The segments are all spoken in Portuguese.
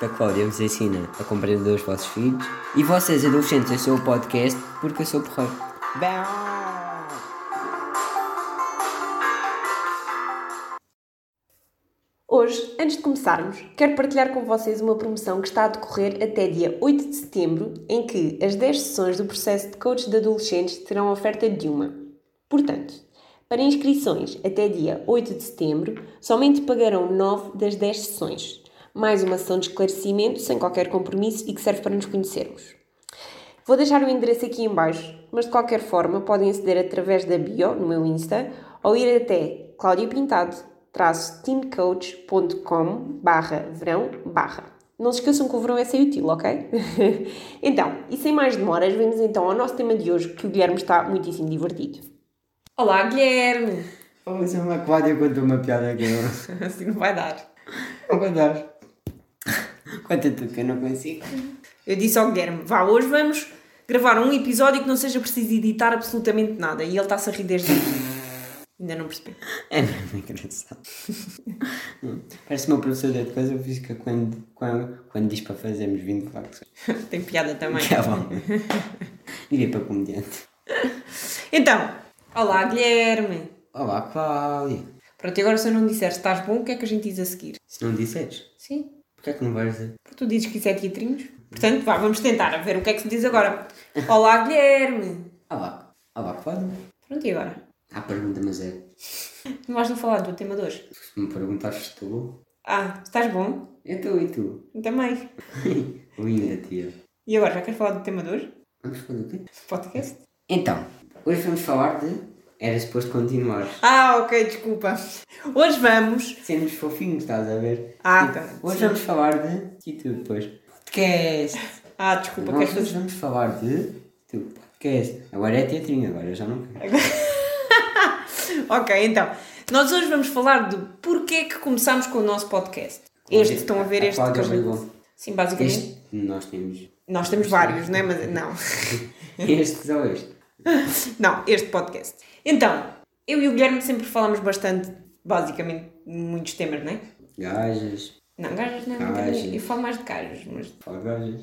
da qual eu vos ensino a compreender os vossos filhos. E vocês, adolescentes, eu sou o podcast porque eu sou porreiro. Hoje, antes de começarmos, quero partilhar com vocês uma promoção que está a decorrer até dia 8 de setembro, em que as 10 sessões do processo de coach de adolescentes terão oferta de uma. Portanto, para inscrições até dia 8 de setembro, somente pagarão 9 das 10 sessões. Mais uma sessão de esclarecimento sem qualquer compromisso e que serve para nos conhecermos. Vou deixar o endereço aqui em baixo, mas de qualquer forma podem aceder através da bio no meu Insta ou ir até claudiapintado-teamcoach.com barra verão barra. Não se esqueçam que o verão é sem útil, ok? então, e sem mais demoras, vemos então ao nosso tema de hoje, que o Guilherme está muitíssimo divertido. Olá, Guilherme! Ou se uma Cláudia contou uma piada que eu Assim não vai dar. vou contar. Conta tu que eu não consigo. Eu disse ao Guilherme, vá, hoje vamos gravar um episódio que não seja preciso editar absolutamente nada. E ele está-se a rir desde Ainda não percebi. É mesmo engraçado. Hum, Parece uma professora de coisa física quando, quando, quando diz para fazermos 20 factos. Tem piada também. Que é bom. Diria para comediante. Então, olá Guilherme. Olá, Cláudia. Pronto, e agora se eu não disser se estás bom, o que é que a gente diz a seguir? Se não disseres, Sim. porquê é que não vais dizer? Porque tu dizes que isso é teatrinhos. Portanto, vá, vamos tentar a ver o que é que se diz agora. Olá Guilherme. Olá, olá, Cláudia. Pronto, e agora? Há pergunta, mas é. Não vais não falar do tema de hoje. Se me perguntaste tu, Ah, estás bom? eu estou e tu. Eu também. Linda, tia. E agora, já queres falar do tema de hoje? Vamos falar do quê? Podcast? Então, hoje vamos falar de. Era suposto continuar. Ah, ok, desculpa. Hoje vamos. Sermos fofinhos, estás a ver? Ah, E tá. Hoje vamos falar de. E tu depois? Podcast! Ah, desculpa, Nós queres hoje fazer. vamos falar de. Do podcast. Agora é teatrinho, agora eu já não quero. Ok, então. Nós hoje vamos falar do porquê é que começámos com o nosso podcast. Este, estão a ver A este Cláudia que eu ligou. ligo. Sim, basicamente. Este. Nós temos. Nós temos vários, não é? Mas não. Este ou este? Não, este podcast. Então, eu e o Guilherme sempre falamos bastante, basicamente, muitos temas, não é? Gajas. Não, gajas não. Gajas. Eu falo mais de gajas, mas Fala gajas.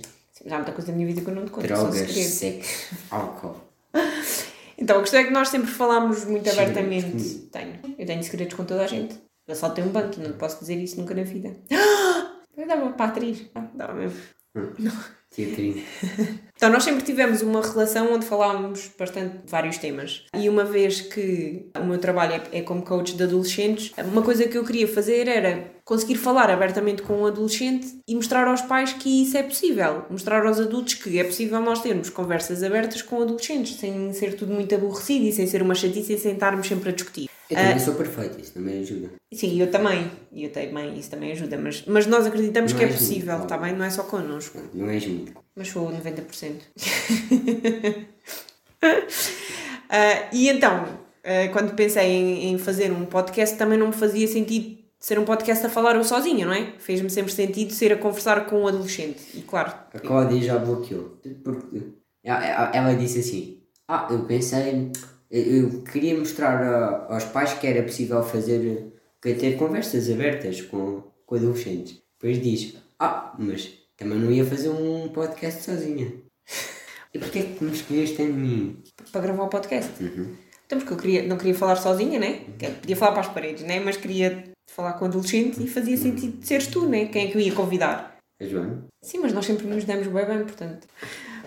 há muita coisa na minha vida que eu não te conto, são Drogas, segredos. é sexo, álcool. Então, a questão é que nós sempre falámos muito Segredos abertamente. comigo. Tenho. Eu tenho segredos com toda a gente. Eu saltei um banco e não te posso dizer isso nunca na vida. Ah! Eu dava para a atriz. Ah, dava mesmo. Teatrinho. Então, nós sempre tivemos uma relação onde falávamos bastante de vários temas. E uma vez que o meu trabalho é, é como coach de adolescentes, uma coisa que eu queria fazer era conseguir falar abertamente com um adolescente e mostrar aos pais que isso é possível. Mostrar aos adultos que é possível nós termos conversas abertas com adolescentes, sem ser tudo muito aborrecido e sem ser uma chatice e sem estarmos sempre a discutir. Ah, Eu também sou perfeito, isso também ajuda. Sim, eu também. E eu também, isso também ajuda. Mas, mas nós acreditamos Não que é é assim, possível, claro. está bem? Não é só connosco. Não és muito. Mas sou 90%. Ah, e então, ah, quando pensei em, em fazer um podcast, também não me fazia sentido ser um podcast a falar eu sozinha, não é? Fez-me sempre sentido ser a conversar com um adolescente. E claro, A Cláudia já bloqueou. Porque ela- ela ela disse assim: Ah, eu pensei, eu eu queria mostrar a- aos pais que era possível fazer, que é ter conversas abertas com, com adolescentes. Depois diz: Ah, mas também não ia fazer um podcast sozinha. E porquê é que me escolheste a mim? para gravar o podcast. Então, porque eu queria, não queria falar sozinha, né? Que- Podia falar para as paredes, né? Mas queria falar com adolescente e fazia sentido seres tu, né? Quem é que eu ia convidar? A Joana? Sim, mas nós sempre nos damos bem bem, portanto.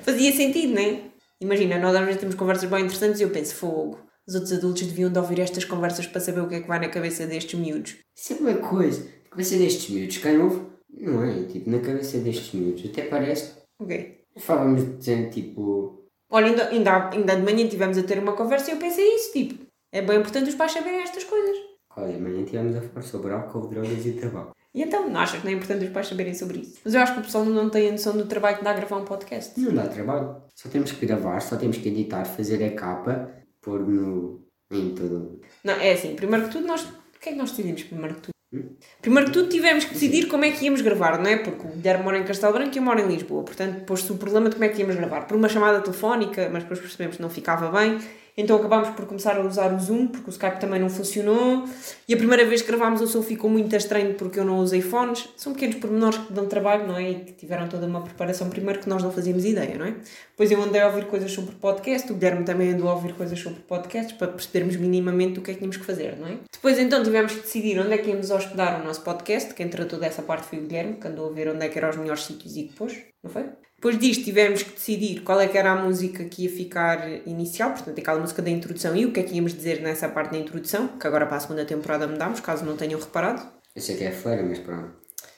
Fazia sentido, não é? Imagina, nós às vezes temos conversas bem interessantes e eu penso, fogo. Os outros adultos deviam de ouvir estas conversas para saber o que é que vai na cabeça destes miúdos. Isso é uma coisa. A cabeça destes miúdos, quem ouve? Não é? Tipo, na cabeça destes miúdos, até parece. Ok. Falamos de tipo. Olha, ainda, ainda, ainda de manhã tivemos a ter uma conversa e eu pensei isso, tipo, é bem importante os pais saberem estas coisas. Olha, amanhã tivemos a falar sobre álcool, drogas e tabaco. E então, não achas que não é importante os pais saberem sobre isso? Mas eu acho que o pessoal não tem a noção do trabalho que dá a gravar um podcast. Não dá trabalho. Só temos que gravar, só temos que editar, fazer a capa, pôr no. em todo. Não, é assim, primeiro que tudo nós... O que é que nós decidimos primeiro que tudo? Primeiro que tudo tivemos que decidir como é que íamos gravar, não é? Porque o Guilherme mora em Castelo Branco e eu moro em Lisboa. Portanto, pôs-se o problema de como é que íamos gravar. Por uma chamada telefónica, mas depois percebemos que não ficava bem. então acabámos por começar a usar o Zoom, porque o Skype também não funcionou. E a primeira vez que gravámos o som ficou muito estranho porque eu não usei fones. São pequenos pormenores que dão trabalho, não é? E que tiveram toda uma preparação primeiro que nós não fazíamos ideia, não é? Depois eu andei a ouvir coisas sobre podcast, o Guilherme também andou a ouvir coisas sobre podcasts para percebermos minimamente o que é que tínhamos que fazer, não é? Depois então tivemos que decidir onde é que íamos hospedar o nosso podcast. Quem tratou dessa parte foi o Guilherme, que andou a ver onde é que eram os melhores sítios e que pôs, não foi? Depois disto tivemos que decidir qual é que era a música que ia ficar inicial, portanto aquela música da introdução e o que é que íamos dizer nessa parte da introdução, que agora para a segunda temporada mudámos, caso não tenham reparado. Eu sei que é feira, mas pronto.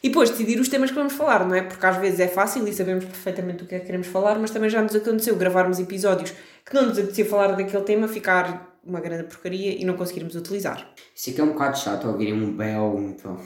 E depois decidir os temas que vamos falar, não é? Porque às vezes é fácil e sabemos perfeitamente o que é que queremos falar, mas também já nos aconteceu gravarmos episódios que não nos apetecia falar daquele tema, ficar uma grande porcaria e não conseguirmos utilizar. Isso aqui é um bocado chato ouvirem um bel muito bom.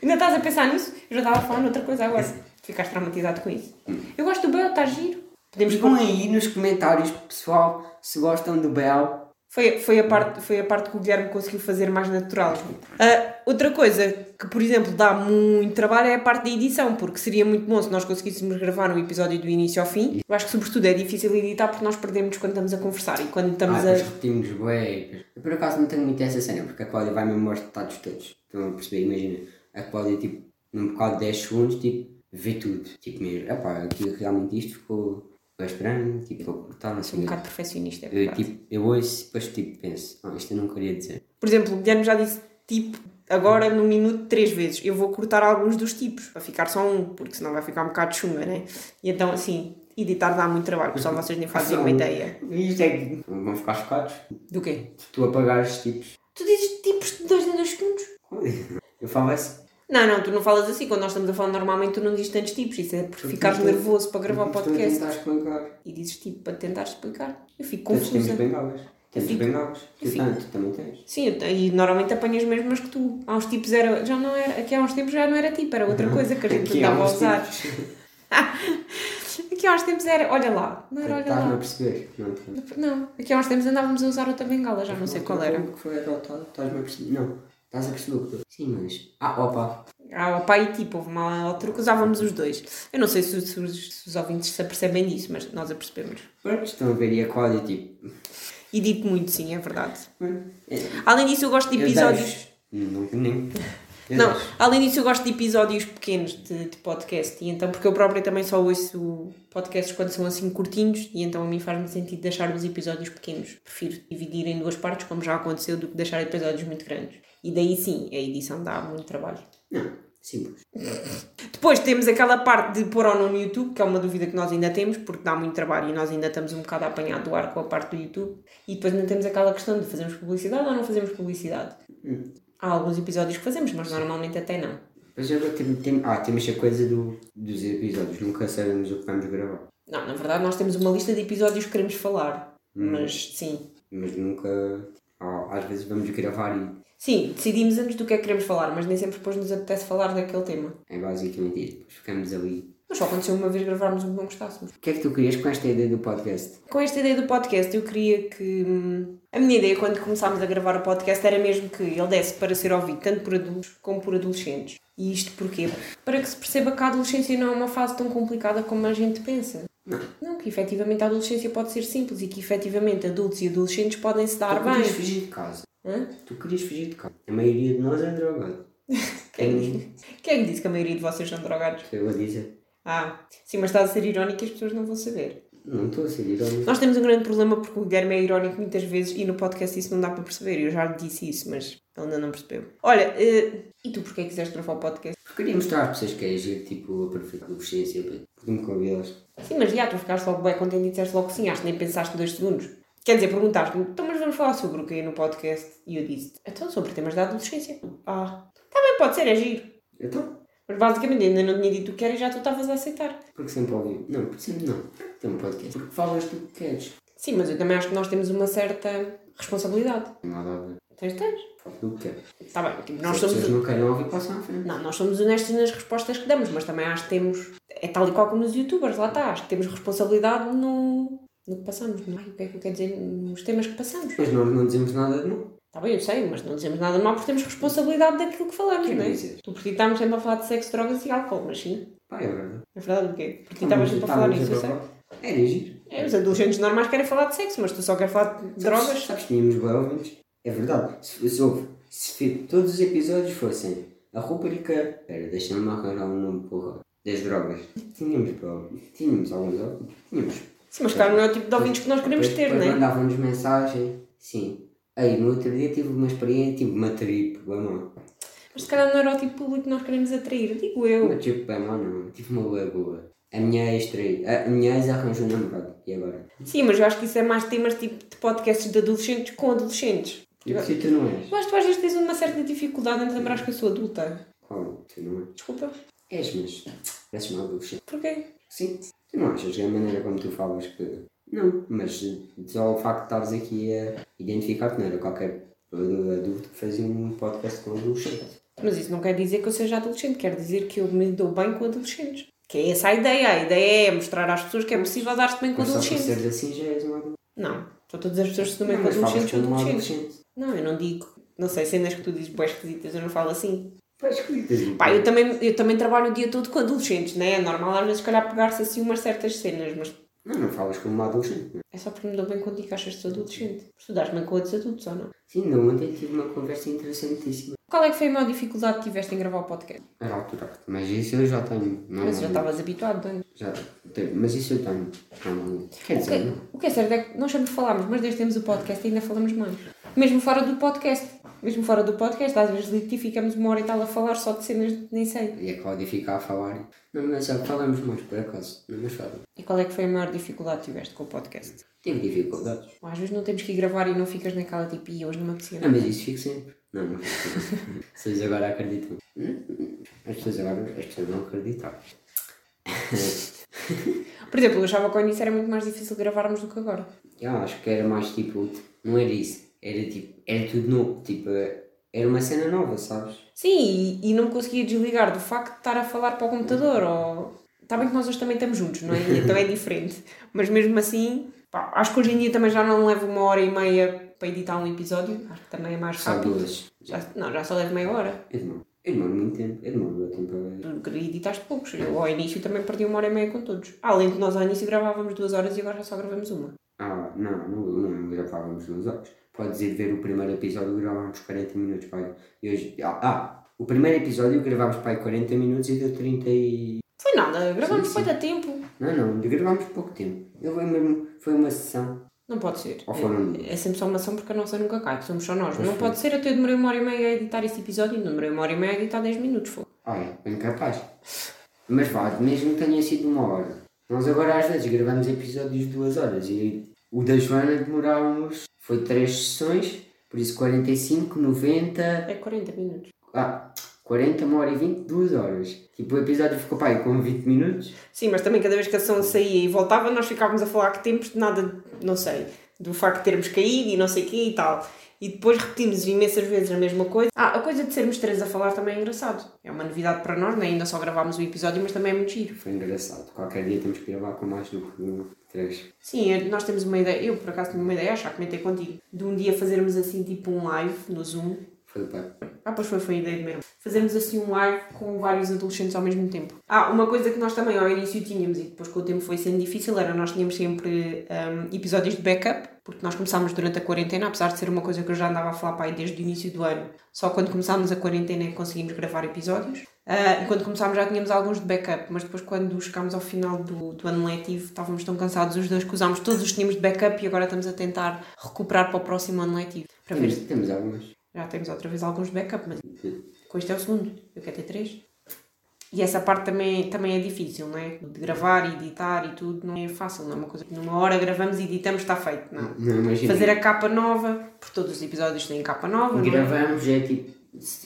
Ainda estás a pensar nisso? Eu já estava a falar noutra coisa agora. Ficaste traumatizado com isso. Eu gosto do Bel, está giro. Podemos Digam aí nos comentários, pessoal, se gostam do bel. Foi, foi, a parte, foi a parte que o Guilherme conseguiu fazer mais natural. Ah, outra coisa que, por exemplo, dá muito trabalho é a parte da edição, porque seria muito bom se nós conseguíssemos gravar um episódio do início ao fim. Eu acho que, sobretudo, é difícil editar porque nós perdemos quando estamos a conversar e quando Ah, estamos a. depois repetimos bué. Eu por acaso não tenho muito essa cena, porque a Cláudia vai mesmo aos detalhes todos. Estão a perceber? Imagina, a Cláudia, tipo, num bocado de 10 segundos, tipo, vê tudo. Tipo mesmo, epá, aqui realmente isto ficou bué estranho, tipo, vou cortar, não sei Um o quê. bocado perfeccionista, é Eu, verdade. tipo, eu ouço e depois, tipo, penso, ah, isto eu não queria dizer. Por exemplo, o Guilherme já disse tipo agora no minuto três vezes. Eu vou cortar alguns dos tipos, para ficar só um, porque senão vai ficar um bocado chunga, né? E então, assim, editar dá muito trabalho, pessoal, vocês nem fazem uma ideia. um Isto é que vão ficar chocados. Do quê? Se tu apagares, tipo, tipos, Tu dizes tipos de dois em dois segundos? eu falo assim. Não, não, tu não falas assim. Quando nós estamos a falar normalmente, tu não dizes tantos tipos. Isso é por ficares nervoso para gravar o podcast. Estás com a cara. E dizes tipo para tentar explicar. Eu fico Todos temos confusa. bengalas. Temos fico- bengalas. Tu, eu fico- tanto, também tens. Sim, eu te- e normalmente apanhas mesmo as que tu. Há uns tipos era. Já não era. Aqui há uns tempos já não era tipo, era outra coisa que a gente Uhum. Aqui é um há andava a uns usar. tipos. Aqui há uns tempos era. Olha lá. Não era olha Estás-me a lá. perceber? Não, não. Não. Aqui há uns tempos andávamos a usar outra bengala, já não sei qual era. Como que foi adotado? Estás-me a perceber? Não. Estás a perceber o que eu- Sim, mas. Ah, opa. Ah, o pai e tipo, houve uma altura que usávamos os dois. Eu não sei se, os- se os, se os ouvintes se apercebem disso, mas nós apercebemos. Pronto, estão a ver e a código, tipo. E digo muito, sim, é verdade. é, Além disso, eu gosto de eu episódios. deixo. Não, nem. eu Não, deixo. além disso eu gosto de episódios pequenos de, de podcast e então porque eu própria também só ouço podcasts quando são assim curtinhos e então a mim faz-me sentido deixar os episódios pequenos. Prefiro dividir em duas partes, como já aconteceu, do que deixar episódios muito grandes. E daí sim, a edição dá muito trabalho. Não, simples. Depois temos aquela parte de pôr ou não no YouTube, que é uma dúvida que nós ainda temos, porque dá muito trabalho e nós ainda estamos um bocado a apanhar do ar com a parte do YouTube. E depois ainda temos aquela questão de fazermos publicidade ou não fazemos publicidade. Há alguns episódios que fazemos, mas normalmente até não. Mas agora tem, tem, ah, temos a coisa do, dos episódios. Nunca sabemos o que vamos gravar. Não, na verdade nós temos uma lista de episódios que queremos falar. Mas sim. Mas nunca. ah, às vezes vamos gravar e. Sim, decidimos antes do que é que queremos falar, mas nem sempre depois nos apetece falar daquele tema. É basicamente isso. Depois ficamos ali. Mas só aconteceu uma vez gravarmos o que não gostássemos. O que é que tu querias com esta ideia do podcast? Com esta ideia do podcast, eu queria que. hum, A minha ideia quando começámos a gravar o podcast era mesmo que ele desse para ser ouvido tanto por adultos como por adolescentes. E isto porquê? Para que se perceba que a adolescência não é uma fase tão complicada como a gente pensa. Não, que efetivamente a adolescência pode ser simples e que efetivamente adultos e adolescentes podem se dar tu bem. querias fugir de casa. Hã? Tu querias fugir de casa. A maioria de nós é drogado. Quem, quem é que disse que a maioria de vocês são drogados? Eu vou dizer. Ah, sim, mas está a ser irónico e as pessoas não vão saber. Não estou a ser irónico. Nós temos um grande problema porque o Guilherme é irónico muitas vezes e no podcast isso não dá para perceber. Eu já lhe disse isso, mas ele ainda não percebeu. Olha, eh, e tu porquê quiseste gravar o podcast? Queria mostrar às pessoas que é agir, tipo, a perfeita adolescência, para me convidas. Sim, mas já, tu ficaste logo bem contente e disseste logo que sim, acho que nem pensaste dois segundos. Quer dizer, perguntaste-me, então mas vamos falar sobre o que no podcast? E eu disse, então sobre temas da adolescência. Ah, tá bem, pode ser, é giro. Então, Mas basicamente ainda não tinha dito o que era e já tu estavas a aceitar. porque sempre ouvi. Não, porque sempre não. Tem um podcast. Porque falas do que queres. Sim, mas eu também acho que nós temos uma certa responsabilidade. Não há nada a ver. Tens, tens. Falo do que queres. Está bem, tipo, nós Se as somos. pessoas não querem ouvir, passam à frente. Não, nós somos honestos nas respostas que damos, mas também acho que temos. É tal e qual como nos youtubers, lá está. Acho que temos responsabilidade no, no que passamos. Não é? O que é que eu quero dizer? Nos temas que passamos. Mas nós não dizemos nada de não. Está bem, eu sei, mas não dizemos nada de mal porque temos responsabilidade daquilo que falamos, Quer não é? dizer. Tu por ti estávamos sempre a falar de sexo, drogas e álcool, mas sim. Pá, é verdade. É verdade o quê? Por ti estávamos sempre a falar Estávamos nisso, eu sei. a falar. Era agir. É, os adolescentes normais querem falar de sexo, mas tu só queres falar de drogas. Sabes que tínhamos bem ouvintes? É verdade. Se, se, houve- se fi- todos os episódios fossem a rubrica. Espera, deixa-me arranjar um nome porra. Das drogas. Tínhamos, bro. Tínhamos alguns ouvintes. Tínhamos. Sim, mas claro, não é o tipo de ouvintes que nós queremos Depois- ter, depois não é? mandavam-nos mensagem. Sim. Aí no outro dia tive uma experiência, tive uma trip, bem mal. Mas se calhar não era o tipo de público que nós queremos atrair, digo eu. Uma trip bem mal não, tive uma lagoa. A minha ex traiu- a, a minha ex arranjou um namorado. E agora? Sim, mas eu acho que isso é mais temas tipo de podcasts de adolescentes com adolescentes. E por que tu não és? Mas tu às vezes tens uma certa dificuldade em te lembrares que eu sou adulta. Claro, tu não és. Desculpa. És, mas pareces mal do Porquê? Sim, tu não achas que é a maneira como tu falas que. Não, mas eh, só o facto de estares aqui a identificar-te não era qualquer adulto que fazia um podcast com adolescente. Mas isso não quer dizer que eu seja adolescente, quer dizer que eu me dou bem com adolescentes. Que é essa a ideia. A ideia é mostrar às pessoas que é possível dar-se bem com Mas só por adolescentes. seres assim já és um adulto. Não. Só todas as pessoas que se dão bem Não, com mas falas adolescentes como ou um adolescentes. adolescente. Não, eu não digo. Não sei, cenas que tu dizes boas esquisitas, eu não falo assim. Pois que Pá, eu também, eu também trabalho o dia todo com adolescentes, né? É normal às vezes, se calhar, pegar-se assim umas certas cenas, mas Não, não falas como um adolescente. Não. é só porque me dou bem contigo que achas-te adolescente. Mas tu dás bem com outros adultos ou não? Sim, não, ontem tive uma conversa interessantíssima. Qual é que foi a maior dificuldade que tiveste em gravar o podcast? Era altura. Mas isso eu já tenho. Não, Mas já não, estavas habituado, não é? já tenho. Mas isso eu tenho. Não, não. Quer O dizer, não. que, o que é certo é que nós sempre falámos, mas desde que temos o podcast ainda falamos mais. Mesmo fora do podcast. Mesmo fora do podcast, às vezes litificamos uma hora e tal a falar só de cenas de nem sei. E a Cláudia fica a falar. Não, mas já falamos mais por acaso. Não, mas fala. E qual é que foi a maior dificuldade que tiveste com o podcast? Tive dificuldades. Ou Às vezes não temos que ir gravar e não ficas naquela tipo, e hoje não me apetecia. Ah, mas isso fica sempre. Não, não fica sempre. Vocês agora acreditam. As pessoas agora as pessoas não acreditam. Por exemplo, eu achava que ao início era muito mais difícil gravarmos do que agora. Eu acho que era mais tipo. Não era isso. Era tipo. Era tudo novo. Tipo. Era uma cena nova, sabes? Sim, e, e não me conseguia desligar do facto de estar a falar para o computador Uhum. ou... Está bem que nós hoje também estamos juntos, não é? E Então é diferente. Mas mesmo assim, pá, acho que hoje em dia também já não levo uma hora e meia para editar um episódio. Acho que também é mais Só rápido. duas. Já, não, já só levo meia hora. Eu demoro. Eu demoro muito tempo. Eu demoro muito tempo a ver. Tu editaste poucos. Eu ao início também perdi uma hora e meia com todos. Além de nós ao início gravávamos duas horas e agora já só gravamos uma. Ah, não, não, não gravávamos nos olhos. Podes ir ver o primeiro episódio, gravámos 40 minutos, pai. E hoje. Ah, ah, o primeiro episódio gravámos, pai, 40 minutos e deu 30 e. Foi nada, gravámos sim. foi da tempo. Não, não, gravámos pouco tempo. Eu fui mesmo, foi uma sessão. Não pode ser. Ou foram duas? É, é sempre só uma ação porque a nossa nunca cai, que somos só nós. Pois não foi. pode ser, até eu demorei uma hora e meia a editar esse episódio e demorei uma hora e meia a editar 10 minutos. Foi. Olha, bem capaz. Mas vá, mesmo que tenha sido uma hora. Nós agora às vezes gravamos episódios de duas horas e o da Joana demorámos. Foi três sessões, por isso 45, 90. É 40 minutos. Ah, 40, uma hora e 20, duas horas. Tipo, o episódio ficou pai com 20 minutos. Sim, mas também cada vez que a ação saía e voltava, nós ficávamos a falar que tempos de nada, não sei, do facto de termos caído e não sei o quê e tal. E depois repetimos imensas vezes a mesma coisa. Ah, a coisa de sermos três a falar também é engraçado. É uma novidade para nós, né? ainda só gravámos o episódio, mas também é muito giro. Foi engraçado. Qualquer dia temos que gravar com mais do que um, três. Sim, eu- nós temos uma ideia, eu por acaso tenho uma ideia, acho que comentei contigo, de um dia fazermos assim tipo um live no Zoom Foi pai. Ah, pois foi, foi a ideia do meu. Fazermos assim um live com vários adolescentes ao mesmo tempo. Ah, uma coisa que nós também ao início tínhamos e depois com o tempo foi sendo difícil era nós tínhamos sempre hum, episódios de backup, porque nós começámos durante a quarentena, apesar de ser uma coisa que eu já andava a falar para aí desde o início do ano. Só quando começámos a quarentena é que conseguimos gravar episódios. Ah, e quando começámos já tínhamos alguns de backup, mas depois quando chegámos ao final do, do ano letivo estávamos tão cansados os dois que usámos todos os que tínhamos de backup e agora estamos a tentar recuperar para o próximo ano letivo. Para ver Temos, temos algumas. já temos outra vez alguns de backup, mas com este é o segundo. Eu quero ter três. E essa parte também, também é difícil, não é? De gravar, e editar e tudo não é fácil, não é uma coisa que numa hora gravamos e editamos, está feito, não. Não imagina. Fazer a capa nova, porque todos os episódios têm capa nova, não é? Gravamos é tipo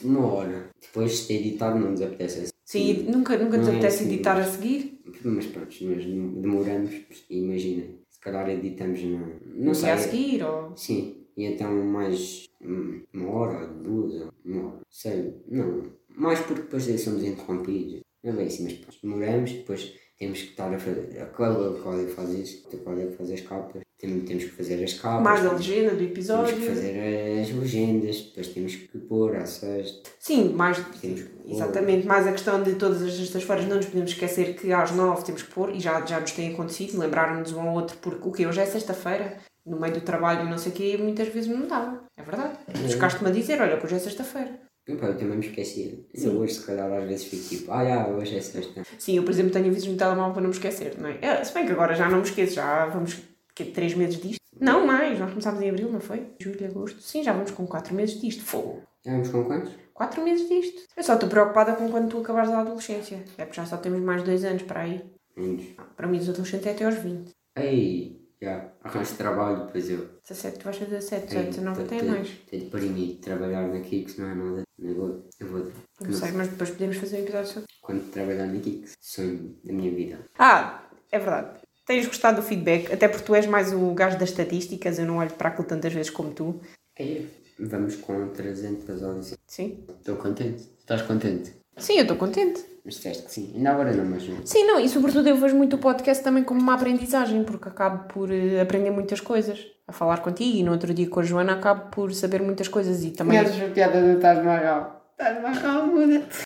uma hora. Depois de editado não nos apetece assim. Sim, e nunca, nunca nos Não é apetece assim, editar a mas- seguir. Mas pronto, mas demoramos, imagina. Se calhar editamos na. Não Não sei. sei. a seguir, ou... Sim. E então mais hum, uma hora, duas, ou uma hora. Sei, não. Mais porque depois aí somos interrompidos. Não é bem assim, mas é pronto, demoramos, depois temos que estar a fazer. A Cláudia, a Cláudia faz isso, a Cláudia faz as capas. Tem- Temos que fazer as capas, Mais a temos- legenda do temos que episódio. fazer as legendas, depois temos que pôr ações. Sim, mais. tipo, Temos que pôr. Exatamente. Mais a questão de todas as sextas-feiras não nos podemos esquecer que às nove temos que pôr, e já, já nos tem acontecido, lembraram-nos um ao outro, porque o quê? Hoje é sexta-feira, no meio do trabalho e não sei o quê, muitas vezes não dava. É verdade. Tu Ficaste-me a dizer, olha, que hoje é sexta-feira. Epá, eu também me esqueci. Eu hoje, se calhar, às vezes fico tipo, ah, já, hoje é sexta. Sim, eu, por exemplo, tenho avisos no telemóvel para não me esquecer, não é? É, Se bem que agora já não me esqueço, já vamos que três meses disto. Não, mais, nós começámos em abril, não foi? Julho, agosto. Sim, já vamos com quatro meses disto. Fogo. Já vamos com quantos? Quatro meses disto. Eu só estou preocupada com quando tu acabares da adolescência. É porque já só temos mais dois anos para aí. Muitos. Para mim, os adolescentes é até aos 20. Ei, já, arranjo trabalho, depois eu. 17, tu vais fazer 17, Ei, 18, 19, tenho- até tenho- mais. Tenho de parir de trabalhar na Kicks, não é nada. Eu vou. Eu vou Não sei, mas depois podemos fazer um episódio sobre. Quando trabalhar na Kicks, sonho da minha vida. Ah, é verdade. Tens gostado do feedback, até porque tu és mais o gajo das estatísticas, eu não olho para aquilo tantas vezes como tu. Ei, vamos com 300 audições. Sim. Estou contente. Estás contente? Sim, eu estou contente. Mas disseste que sim. Ainda agora não, mas. Sim, não, e sobretudo eu vejo muito o podcast também como uma aprendizagem, porque acabo por eh, aprender muitas coisas. A falar contigo e no outro dia com a Joana acabo por saber muitas coisas e também. a piada do Taj Mahal. Taj Mahal, muda-te.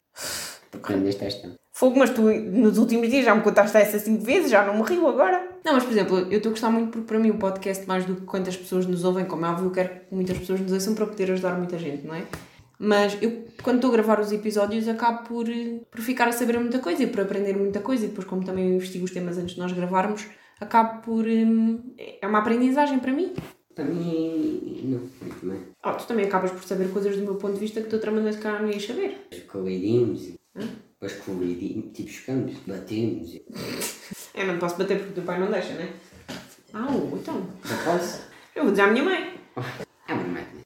Aprendeste esta. Fogo, mas tu nos últimos dias já me contaste essa cinco vezes, já não me rio agora. Não, mas por exemplo, eu estou a gostar muito porque para mim o podcast, mais do que quantas pessoas nos ouvem, como é óbvio, eu quero que muitas pessoas nos ouçam para poder ajudar muita gente, não é? Mas eu, quando estou a gravar os episódios, acabo por, eh, por ficar a saber muita coisa e por aprender muita coisa. E depois, como também eu investigo os temas antes de nós gravarmos, acabo por. hum, É uma aprendizagem para mim. Para mim, não. Muito bem. Oh, tu também acabas por saber coisas do meu ponto de vista que de outra maneira se calhar não ias saber. Depois colidimos. e Depois colidimos. Tipo, chocamos. Batemos. e- Eu não posso bater porque o teu pai não deixa, não é? Ah, então. Não posso? Eu vou dizer à minha mãe. É uma máquina.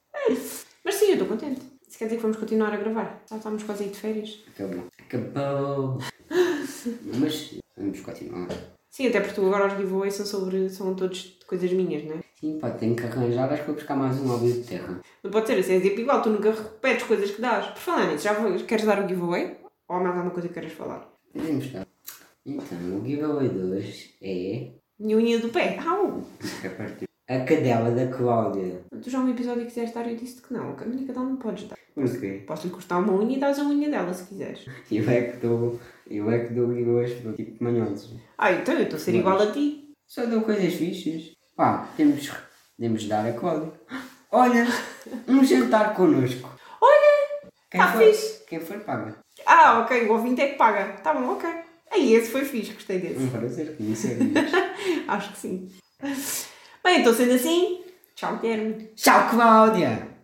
Mas sim, eu estou contente. Isso quer dizer que vamos continuar a gravar. Já estamos quase aí de férias. Acabou. Acabou. Não, Mas vamos continuar. Sim, até porque tu agora os giveaways são sobre. são todos coisas minhas, não é? Sim, pá, tenho que arranjar. Acho que vou buscar mais um óbvio de terra. Não pode ser assim, é tipo igual, tu nunca repetes coisas que dás. Por falar nisso, já vou- queres dar o giveaway? Ou há mais alguma coisa que queiras falar? Vamos cá. Então, o giveaway 2 é. Minha unha do pé. Au! a partir- A cadela da Cláudia. Tu já um episódio quiseres dar, eu disse que não. A minha cadela não podes dar. Porquê? Posso-lhe cortar uma unha e dás a unha dela se quiseres. Eu é que dou, eu é que dou giveaways para tipo manhosos. Ah, então eu estou a ser igual a ti. Só dou coisas fixas. Pá, temos, temos de dar a Cláudia. Olha, um jantar connosco. Olha! Quem Tá for, fixe. Quem for paga. Ah, ok, o ouvinte é que paga. Tá bom, ok. Aí, esse foi fixe, gostei desse. Um prazer conhecer amigos. Acho que sim. Bem, então sendo assim, tchau, Guilherme. Tchau, Cláudia!